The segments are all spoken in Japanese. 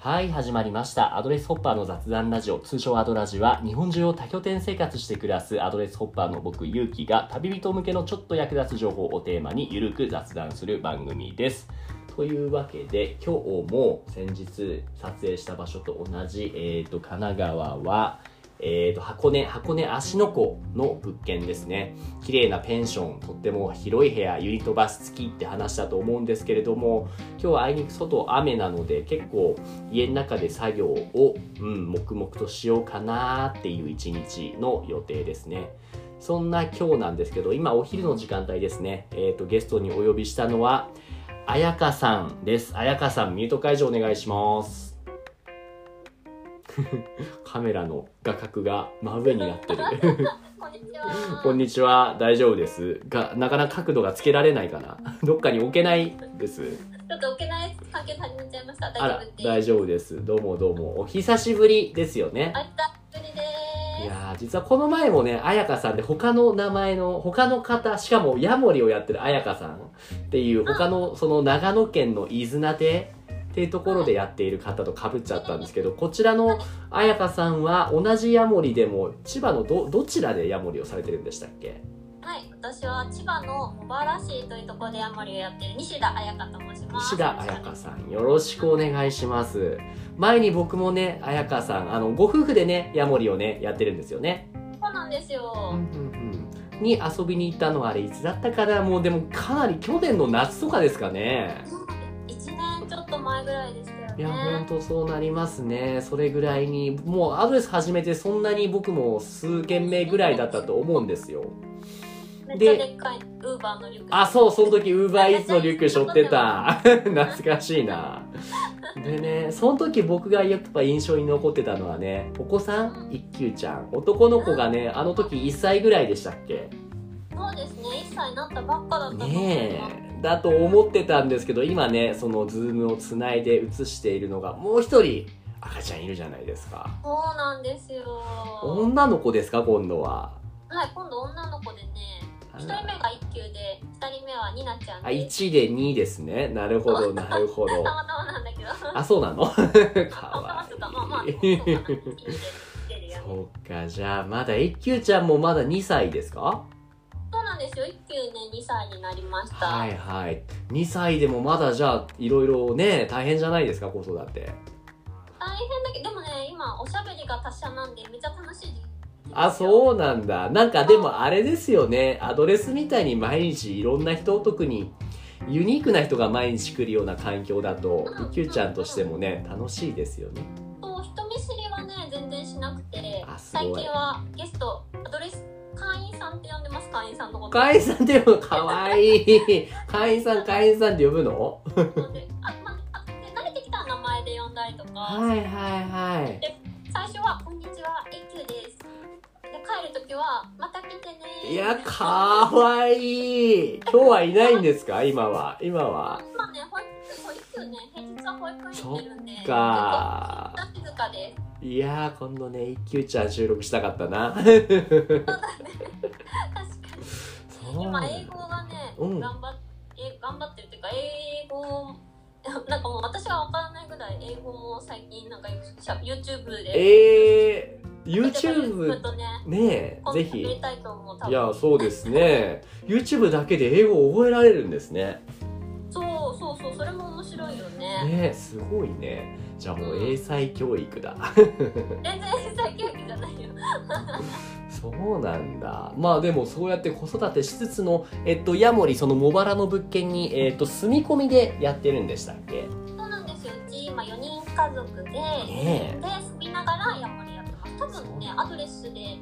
はい、始まりました。アドレスホッパーの雑談ラジオ、通称アドラジは、日本中を多拠点生活して暮らすアドレスホッパーの僕、ゆうきが、旅人向けのちょっと役立つ情報をテーマに、ゆるく雑談する番組です。というわけで、今日も先日撮影した場所と同じ、えー、と、神奈川は、えー、と箱根箱根芦ノ湖の物件ですね綺麗なペンションとっても広い部屋ユニットバス付きって話だと思うんですけれども今日はあいにく外雨なので結構家の中で作業を、うん、黙々としようかなっていう一日の予定ですねそんな今日なんですけど今お昼の時間帯ですね、えー、とゲストにお呼びしたのは彩香さんです彩香さんミュート解除お願いします カメラの画角が真上になって るこんにちは。こんにちは大丈夫ですがなかなか角度がつけられないかなどっかに置けないですちょっと置けない関係始めちゃいました。あ大丈ら夫って。大丈夫ですどうもどうもお久しぶりですよねあ久しぶりでいやー実はこの前もね彩香さんで他の名前の他の方しかもヤモリをやってる彩香さんっていう他のその長野県の伊豆名でっていうところでやっている方とかぶっちゃったんですけどこちらの彩香さんは同じヤモリでも千葉のどどちらでヤモリをされてるんでしたっけす。はい、私は千葉の茂原市というところでヤモリをやってる西田彩香と申します。石田彩香さんよろしくお願いします前に僕もね彩香さんあのご夫婦でねヤモリをねやってるんですよねそうなんですよ。に遊びに行ったのはあれいつだったかなもうでもかなり去年の夏とかですかね一年ちょっと前ぐらいでしたよね。いやほんとそうなりますねそれぐらいにもうアドレス始めてそんなに僕も数件目ぐらいだったと思うんですよめっちゃでっかいウーバーのリュック。あそうその時ウーバーイーツのリュック背負ってた 懐かしいなでねその時僕がやっぱ印象に残ってたのはねお子さん一休ちゃん男の子がねあの時1歳ぐらいでしたっけそうですね。一歳になったばっかだったと思いねます。えだと思ってたんですけど今ねそのズームをつないで映しているのがもう一人赤ちゃんいるじゃないですかそうなんですよ。は、女の子ですか今度はい今度女の子でね、あ一人目が一級で、二人目はニナちゃんあ です。 1で2ですねなるほ どなるほどたまたまなんだけど。あそうなの あ、まあかまあまあわまあいいいねいそうかじゃあまだ一休ちゃんもまだ2歳ですかそうなんですよ。一級ね、二歳になりました。はいはい2歳でもまだじゃあいろいろね大変じゃないですか子育て大変だけど、でもね、今おしゃべりが達者なんで、めっちゃ楽しいです。あそうなんだなんかでもあれですよねアドレスみたいに毎日いろんな人特にユニークな人が毎日来るような環境だとうん一休ちゃんとしてもね楽しいですよねそう、人見知りはね、全然しなくてあ、すごい最近はゲスト、アドレス会員さんって呼んでます。会員さんのこと。会員さんって呼ぶかわいい会員さん会員さんって呼ぶの呼んであ、まあ、あで慣れてきたら名前で呼んだりとか、はいはいはい最初はこんにちは、一級です。で、帰るときは、また来てね。いや、かわいい。今日はいないんですか今は。今は。今ね、保育保育ね、平日は保育園行ってるんで、そっかずっと静かです。いやー、今度ね、一休ちゃん収録したかったな。確かそうに。なん今だ英語がね、うん頑張っえ頑張ってるっていうか英語なんかもう私は分からないぐらい英語も最近なんかしゃ YouTube でえー、ちょっ YouTube とね、ねコンえ、ぜテンツひ。入れたいと思う多い分。や、そうですね。YouTube だけで英語を覚えられるんですね。そうそうそうそれも面白いよね。ねえ、すごいね。じゃあもう英才教育だ。 全然最教育じゃないよ。そうなんだまあでもそうやって子育てしつつの、えっと、ヤモリその茂原の物件に、えっと、住み込みでやってるんでしたっけそうなんですよ。うち今4人家族で。ねで住みながらやっぱりやってます多分ねアドレスでいっ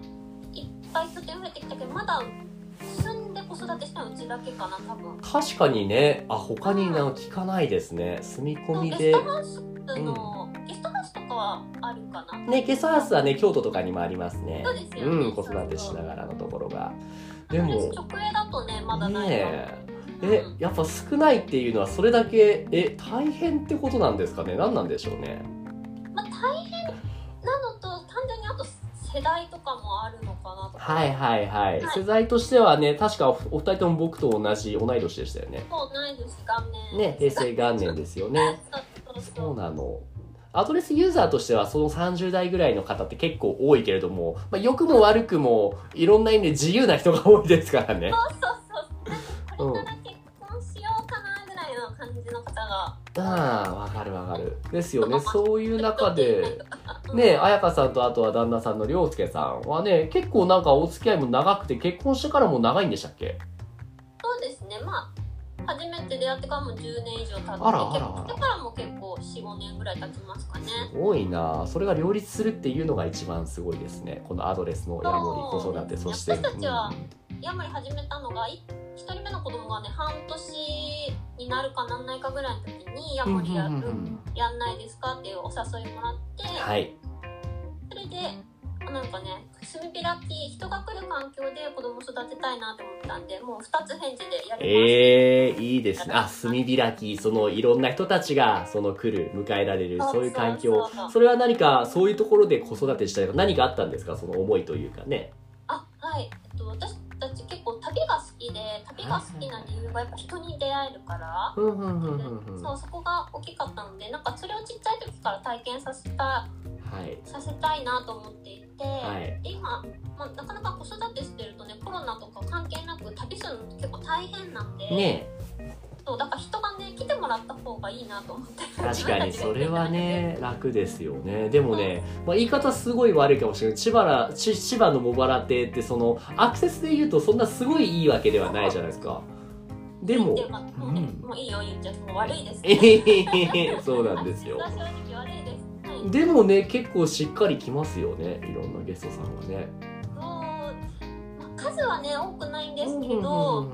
ぱい拠点増えてきたけどまだ住んで子育てしたのうちだけかな多分確かにねあ他になんか聞かないですね住み込みゲでストハウスの、ゲストハウスとかはあるかな、ねゲストハウスはね京都とかにもありますねそうですよねうん子育てしながらのところがでアドレもス直営だとねまだないねかもえうんえやっぱ少ないっていうのはそれだけえ大変ってことなんですかね何なんでしょうねまあ、大変なのと単純にあと世代とかもあるのかなとか、はいはいはい、はい世代としてはね確かおお二人とも僕と同じ同い年でしたよねもうないです顔面ね平成元年ですよねそうそうそうそうなのアドレスユーザーとしてはその30代ぐらいの方って結構多いけれども、まあ、良くも悪くもいろんな意味で自由な人が多いですからね。そうそう。なんかこれから結婚しようかなぐらいの感じの方が。ああ、わかるわかる。ですよね。 そういう中で、ね、彩香さんとあとは旦那さんの涼介さんはね、結構なんかお付き合いも長くて、結婚してからも長いんでしたっけそうですね。まあ初めて出会ってからも10年以上経って、結あらあらあら婚してからも結構4、5年ぐらい経ちますかね。すごいなあそれが両立するっていうのが一番すごいですね。このアドレスのやりもり、子育て、そして。私たちはうんヤモリ始めたのがい一人目の子供がね半年になるかなんないかぐらいの時にヤモリやる、うんうんうんやんないですかっていうお誘いもらって、はい。それであなんかね住み開き人が来る環境で子供育てたいなと思ったんでもう2つ返事でやります、ええいいですね。あ、炭開き、そのいろんな人たちが、その来る、迎えられる、そういう環境そうそうそ。うそれは何か、そういうところで子育てしたいとか、何かあったんですかその思いというかね。あはい、えっと、私たち結構旅が好きで旅が好きな理由がやっぱ人に出会えるから。うんうんうんうんうん。そうはそこが大きかったのでなんかそれをちっちゃい時から体験させたい。させたいなと思っていいて、で今、まあ、なかなか子育てしてるとねコロナとか関係なく旅するの結構大変なんで、 ねえ。そうだから人がね来てもらった方がいいなと思って確かにそれは ね楽ですよねでもね、まあ、言い方すごい悪いかもしれない千葉らち千葉の茂原亭ってそのアクセスで言うとそんなすごいいいわけではないじゃないですかでもっていうかもうねもういいよ言っちゃってもう悪いです、えへへへへ そうなんですよ 私は正直悪いですはいでもね結構しっかり来ますよねいろんなゲストさんがねそうまあ数はね多くないんですけうんどうんう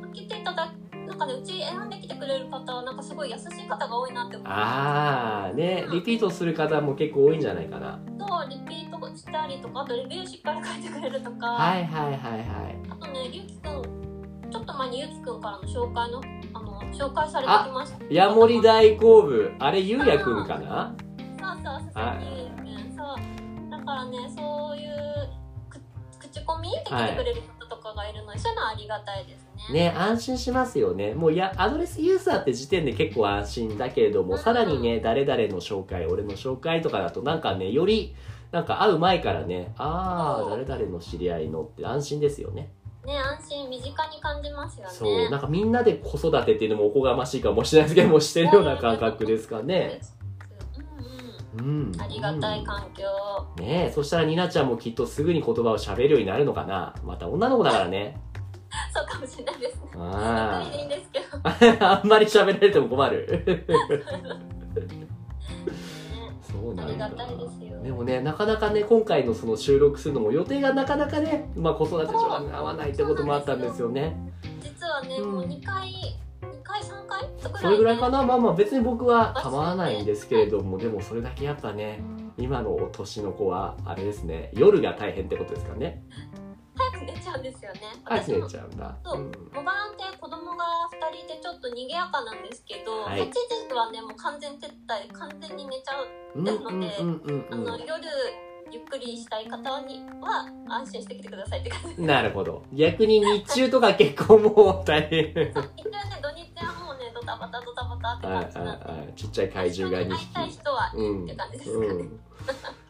んうん来ていただなんかねうち選んできてくれる方はなんかすごい優しい方が多いなって思ってああねリピートする方も結構多いんじゃないかなそうリピートしたりとかあとレビューしっかり書いてくれるとか、はいはいはいはいあとね、ゆうきくん、ちょっと前にゆうきくんからの紹介の、あの、紹介されてきました。ヤモリ大好物あれゆうやくんかなそうそう、すはさいにうん、そう。だからね、そういう、く口コミって来てくれる人とかがいるので、そういうのはありがたいですね。ね、安心しますよね。もういや、アドレスユーザーって時点で結構安心だけれども、うんさらにね、誰々の紹介、俺の紹介とかだと、なんかね、より、なんか会う前からね、あそー、う誰々の知り合いのって安心ですよね。ね、安心、身近に感じますよね。そう、なんかみんなで子育てっていうのもおこがましいかもしれないですけども、してるような感覚ですかね。うんうんう。ん。ありがたい環境。うんねえ、そしたらニナちゃんもきっとすぐに言葉を喋るようになるのかな。また女の子だからね。そうかもしれないですね。あゆっくりでいいんですけどね。 あ。あんまり喋られても困る。そうなんだありがたいですよでもねなかなかね今回のその収録するのも予定がなかなかね、まあ、子育て上合わないってこともあったんですよね実はね、うんもう2回、2回、3回とぐらい、ね。それぐらいかなまあまあ別に僕は構わないんですけれどもでもそれだけやっぱね今のお年の子はあれですね夜が大変ってことですかね早く寝ちゃうんですよね。あ私きれもちゃうんだ、そううん5番って子供が2人いてちょっと賑やかなんですけど、はい8時はねもう完全撤退完全に寝ちゃう、うんうんうんあうんの夜ゆっくりしたい方には安心してきてくださいって感じうんなるほど逆に日中とか結構もう大変 そう一応ね土日はもうねドタバタドタバタってはい感はいじなんではいちっちゃい怪獣が2会いたい匹人はいいって感じですかね、うんうん、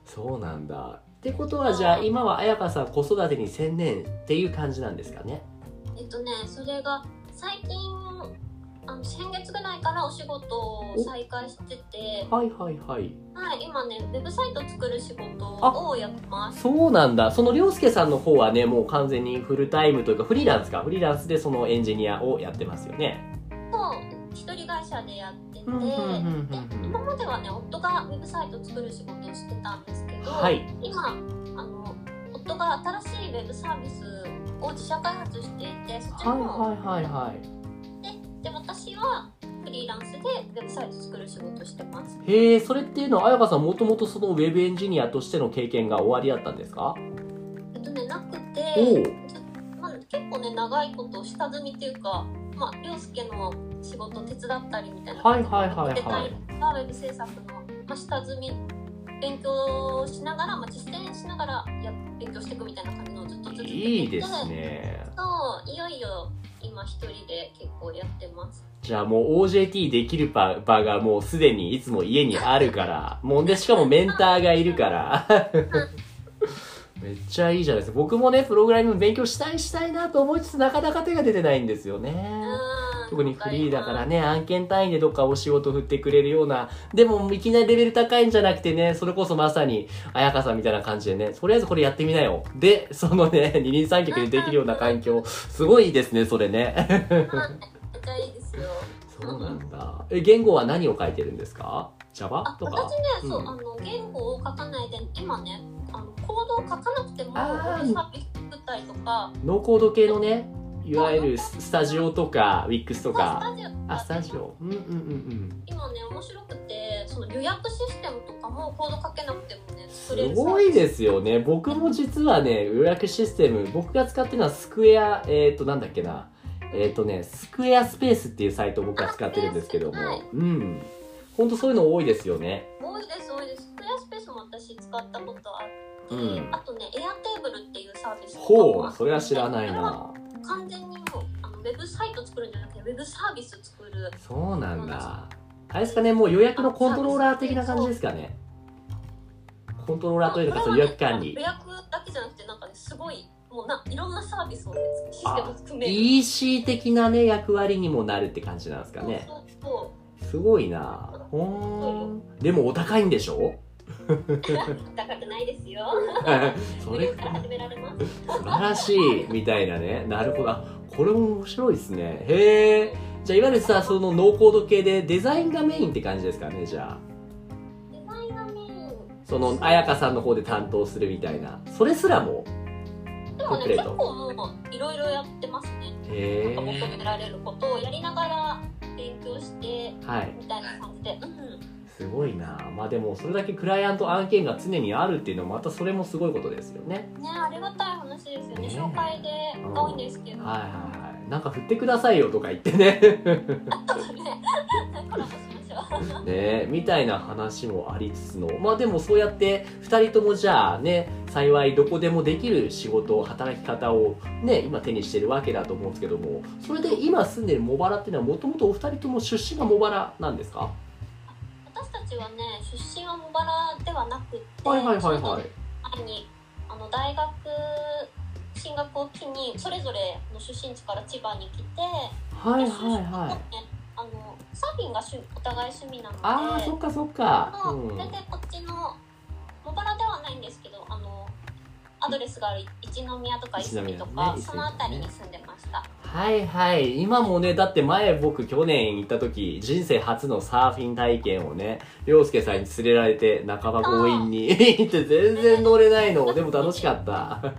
そうなんだってことはじゃあ今は彩香さん子育てに専念っていう感じなんですかねえっとねそれが最近あの先月ぐらいからお仕事を再開してて、はいはいはいはい、今ねウェブサイト作る仕事をやってますそうなんだその涼介さんの方はねもう完全にフルタイムというかフリーランスかフリーランスでそのエンジニアをやってますよねそう一人会社でやってて、うんうんうんうんうん今まではね夫がウェブサイト作る仕事をしてたんですけど、はい今あの夫が新しいウェブサービスを自社開発していてそっちはいも、はいはいはいで私はフリーランスでウェブサイト作る仕事をしてますへえそれっていうのは彩香さんもともとそのウェブエンジニアとしての経験が終わりだったんですかえっとねなくておうちょまあ、結構ね長いこと下積みっていうかまあ凌介の仕事手伝ったりみたいなはいはいはいはいでタイルがウェブ制作の、まあ、下積み勉強しながら、まあ、実践しながらや勉強していくみたいな感じのをずっとずっとやってていいですねそういよいよ今今一人で結構やってますじゃあもう OJT できる場場がもうすでにいつも家にあるから、もうで、しかもメンターがいるから。めっちゃいいじゃないですか。僕もね、プログラミング勉強したいしたいなと思いつつ、なかなか手が出てないんですよね。うん特にフリーだからね、案件単位でどっかお仕事振ってくれるような、でもいきなりレベル高いんじゃなくてね、それこそまさに、彩香さんみたいな感じでね、とりあえずこれやってみなよ。で、そのね、二人三脚でできるような環境、すごいですね、それね。めっちゃいいですよそうなんだ。 え、言語は何を書いてるんですか ?Java あと私かね、そううんあの言語を書かないで今ねあのコードを書かなくてもウあーェブサービス作ったりとかノーコード系のね、いわゆるススタジオとか、WIX とか。そうスタジオとかあ、スタジオ。うんうんうん今ね面白くてその予約システムとかもコード書けなくてもねう作れん。するごいですよね。僕も実はね、予約システム、僕が使ってるのはスクエア、えっ、ー、と、なんだっけな。えっ、ー、とね、スクエアスペースっていうサイトを僕は使ってるんですけどもあはい。うん。ほんとそういうの多いですよね。多いです多いですクレアスペースも私使ったことあって、うんあとねエアテーブルっていうサービスとかもほう、それは知らないな。完全にもうあのウェブサイト作るんじゃなくてウェブサービス作るそうなんだ。あれですかね、もう予約のコントローラー的な感じですかね。コントローラーというか、その予約管理予。約だけじゃなくてなんかねすごいもうないろんなサービスを、ね、システム含め EC 的なね、役割にもなるって感じなんですかね。そうそすごいなほーん。でもお高いんでしょうそう高くないですよそれ 無料から始められます素晴らしいみたいなね。なるほど。あ、これも面白いですね。へえ。じゃあ、いわゆるさ、そのノーコード系でデザインがメインって感じですかね、じゃあ。デザインがメインその、彩香さんの方で担当するみたいな。それすらも。でもコンプねレー結ト構もういろいろやってますねへなんか求え。められることをやりながら勉強してはい。みたいな感じで、うん、すごいなまあでもそれだけクライアント案件が常にあるっていうのもまたそれもすごいことですよねねありがたい話ですよねね紹介でが多いんですけど、はいはいはいなんか振ってくださいよとか言って ね コラボしましょうねみたいな話もありつつのまあでもそうやって2人ともじゃあね幸いどこでもできる仕事働き方をね今手にしてるわけだと思うんですけどもそれで今住んでる茂原っていうのはもともとお二人とも出身が茂原なんですか私たちはね出身は茂原ではなくて、はいはいはいちょうはいど前にあの大学進学を機にそれぞれの出身地から千葉に来て、はいはいはいであのサーフィンが趣お互い趣味なのであーそっかそっか、そううそんれ、でこっちの茂原ではないんですけどあのアドレスがある一宮とか一泉宮とか、ねその辺りに住んでました、はいはい今もねだって前僕去年行った時人生初のサーフィン体験をね涼介さんに連れられて半ば強引に 行って全然乗れないのでも楽しかった はい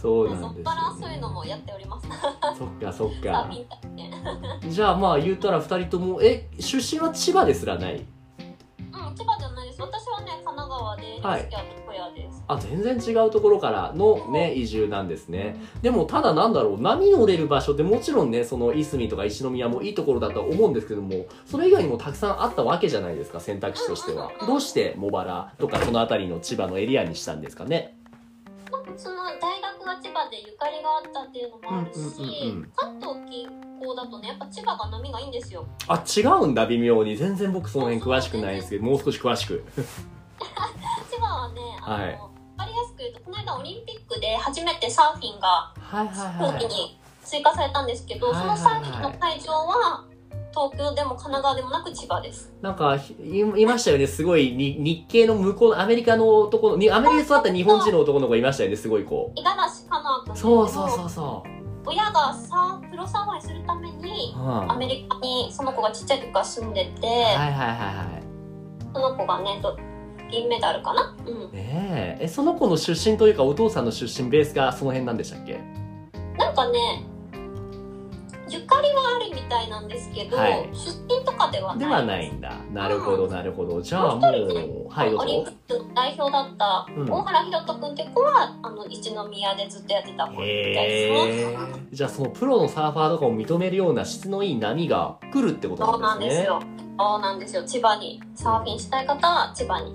そうそなっんですからよ、そういうのもやっておりますサそっかそっーかフィン体験じゃあまあ言うたら二人ともえ出身は千葉ですらないうん、千葉じゃないです。私はね、神奈川で、リスキはいャーと小屋です。あ全然違うところからのね移住なんですねでもただなんだろう波乗れる場所ってもちろんねそのいすみとか石宮もいいところだとは思うんですけどもそれ以外にもたくさんあったわけじゃないですか選択肢としてはどうして茂原とかその辺りの千葉のエリアにしたんですかねその大学が千葉でゆかりがあったっていうのもあるし、うんうんうんうん関東近郊だとね、やっぱ千葉が波がいいんですよ。あ違うんだ微妙に全然僕その辺詳しくないですけどもう少し詳しく千葉はね、あの、はいわかりやすく言うと、この間オリンピックで初めてサーフィンがはいはい飛行機に追加されたんですけど、はいそのサーフィンの会場は、東京でも神奈川でもなく千葉です。なんかひいいましたよねすごいに日系の向こうのアメリカの男のにアメリカで育った日本人の男の子いましたよねすごいこ五十嵐かなう君そうそうそうそ親がさプロサーファーにするためにう、うん、はアメリカにその子がちっちゃい時から住んでて、いはいはいはいその子がねど銀メダルかな、うねええその子の出身というかお父さんの出身ベースがその辺なんでしたっけん、なんかねゆかりはあるみたいなんですけど、はい出身とかではないではないんだなるほどなるほどじゃあももう一うはいどオうリンぞピックの代表だったうん大原ひろと君って子は、あの一宮でずっとやってた子みたいですへえね。じゃあそのプロのサーファーとかを認めるような質のいい波が来るってこそうとななんんでですすねよ。そうなんですよ。千葉にサーフィンしたい方は千葉に。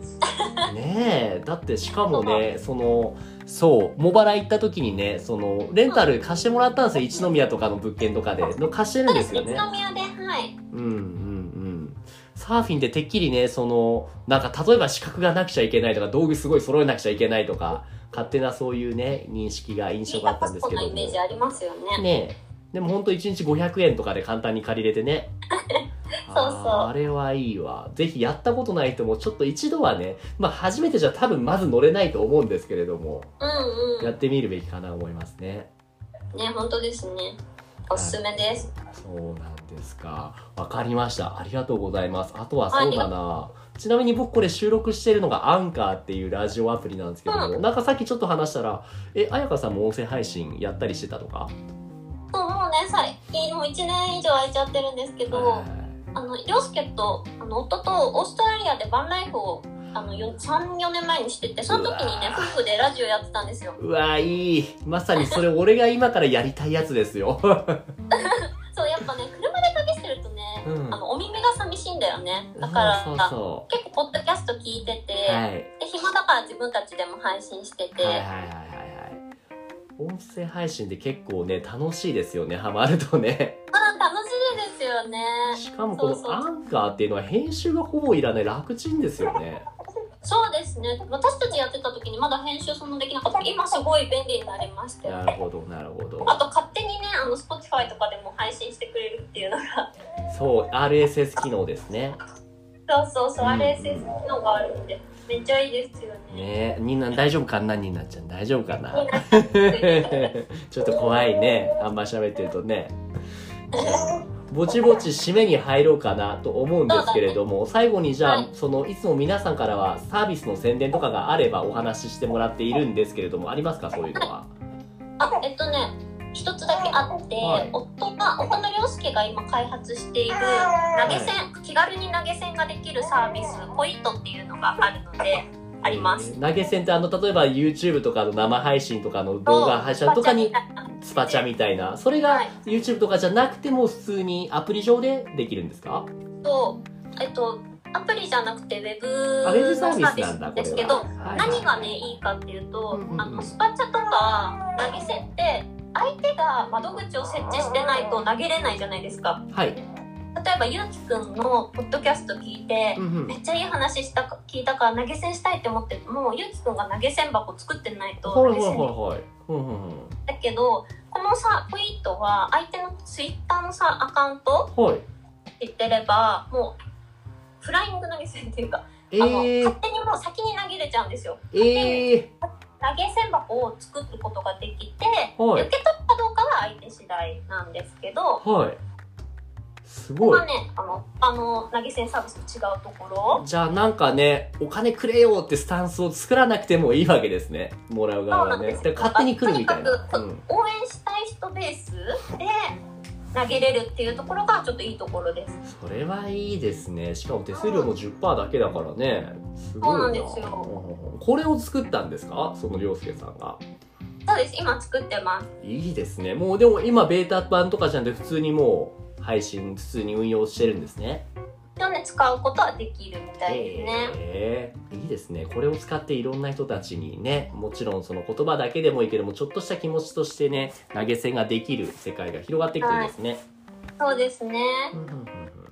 ねえだってしかもねそのそう、茂原行った時にね、その、レンタル貸してもらったんですよ。一宮とかの物件とかで。の貸してるんですよね。宇都宮で、はい。うんうんうん。サーフィンっててっきりね、その、なんか例えば資格がなくちゃいけないとか、道具すごい揃えなくちゃいけないとか、勝手なそういうね、認識が、印象があったんですけどいいも。イメージありますよね。ねえ。でもほんと1日500円とかで簡単に借りれてね。 そうそうあーあれはいいわ。ぜひやったことない人もちょっと一度はね、まあ初めてじゃ多分まず乗れないと思うんですけれども、うんやうってみるべきかな思いますね。ん。ね、本当ですね。おすすめです。そうなんですか。わかりました。ありがとうございます。あとはそうだな。ちなみに僕これ収録しているのがアンカーっていうラジオアプリなんですけども、なんかさっきちょっと話したら、え、あやかさんも音声配信やったりしてたとか、そう、もうね、最近もう1年以上空いちゃってるんですけど、あの、りょうすけと、あの、夫とオーストラリアでバンライフを、あの、よ3、4年前にしてて、その時にねうわ、夫婦でラジオやってたんですよ。うわいい。まさにそれ俺が今からやりたいやつですよ。そう、やっぱね、車で旅してるとね、うんあの、お耳が寂しいんだよね。だから、そうそうそ結構、ポッドキャスト聞いてて、う。はい。で、暇だから自分たちでも配信してて、はいはいはいはいはい。音声配信で結構ね、楽しいですよね、ハマるとね。まだ楽しいですよね。しかもこそうそうのアンカーっていうのは編集がほぼいらない楽ちんですよね。そうですね。私たちやってた時にまだ編集そんなできなかった。今すごい便利になりまして。なるほど、なるほど。あと勝手にね、あの Spotify とかでも配信してくれるっていうのが、そう、RSS 機能ですね。 そうそうそう、うん RSS 機能があるんで、めっちゃいいですよね。ねみんな大丈夫かな何になっちゃう大丈夫かな ねちょっと怖いね。あんま喋ってるとね。じゃあぼちぼち締めに入ろうかなと思うんですけれども、最後にじゃあ、はいその、いつも皆さんからはサービスの宣伝とかがあればお話ししてもらっているんですけれども、ありますかそういうのは。あ、えっとね、一つだけあって、はい夫が、夫の涼介が今開発している投げ銭、気軽に投げ銭ができるサービス、ポイントっていうのがあるので、あります。投げ銭ってあの、例えば YouTube とかの生配信とかの動画配信とかにスパチャみたいな、それはがい YouTube とかじゃなくても普通にアプリ上でできるんですかと、えっと、アプリじゃなくてウェブあウェブのササービスなんーだビスですけこどれははい何がねいいかっていうと、うんうんうんあのスパチャとか投げ銭って相手が窓口を設置してないと投げれないじゃないですかはい。例えばゆうきくんのポッドキャスト聞いて、うんうんめっちゃいい話したか聞いたから投げ銭したいって思ってもうゆうきくんが投げ銭箱作ってないとはいはい投げ銭できないはいはい。うんうんうんだけどこのさポイントは相手のツイッターのさアカウントはい。って言ってればもうフライング投げ銭っていうかえあのー勝、手にもう先に投げれちゃうんですよえ投げ銭箱を作ることができて、はい受け取ったかどうかは相手次第なんですけどー、はい。すこごこいが。ねあのあの投げ銭サービスと違うところじゃあなんかね、お金くれよってスタンスを作らなくてもいいわけですね。もらう側がね。そうなんでです勝手に来るみたいな。とうにん、応援したい人ベースで投げれるっていうところがちょっといいところですそれはいいですね。しかも手数料も10%だけだからね。すごいそうなな。んですようんこれを作ったんですかその涼介さんが。そうです今作ってますいいですね。もうでも今ベータ版とかじゃなくて普通にもう配信、普通に運用してるんですね。なので使うことはできるみたいですね、ええいいですねこれを使っていろんな人たちにねもちろんその言葉だけでもいいけどもちょっとした気持ちとしてね投げ銭ができる世界が広がっていくといいですねそうですねうんうんうんうん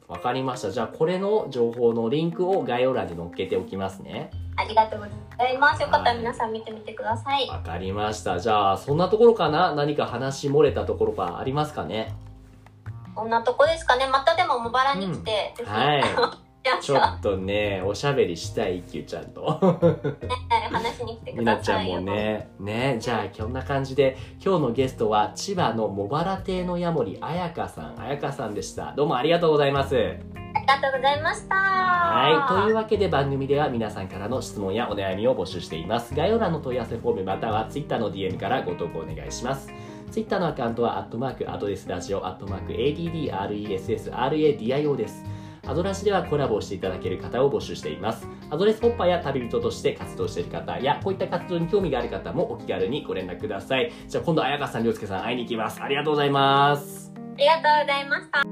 わかりましたじゃあこれの情報のリンクを概要欄に載っけておきますねありがとうございますよかったはいら皆さん見てみてくださいわかりましたじゃあそんなところかな何か話漏れたところがありますかねこんなとこですかねまたでも茂原に来て、うんぜひはいやっちちょゃっとねおしゃべりしたい一休ちゃんとはい話しに来てくみなだちゃさんいよ。もね。ね。じゃあ、こんな感じで、今日のゲストは、千葉の茂原亭のヤモリ、あやかさん、あやかさんでした。どうもありがとうございます。ありがとうございました。はい。というわけで、番組では皆さんからの質問やお悩みを募集しています。概要欄の問い合わせフォーム、または Twitter の DM からご投稿お願いします。Twitter のアカウントは、アットマーク、アドレスラジオ、アットマーク、ADDRESSRADIO です。アドラジではコラボをしていただける方を募集しています。アドレスホッパーや旅人として活動している方や、こういった活動に興味がある方もお気軽にご連絡ください。じゃあ今度、綾香さん、涼介さん会いに行きます。ありがとうございます。ありがとうございました。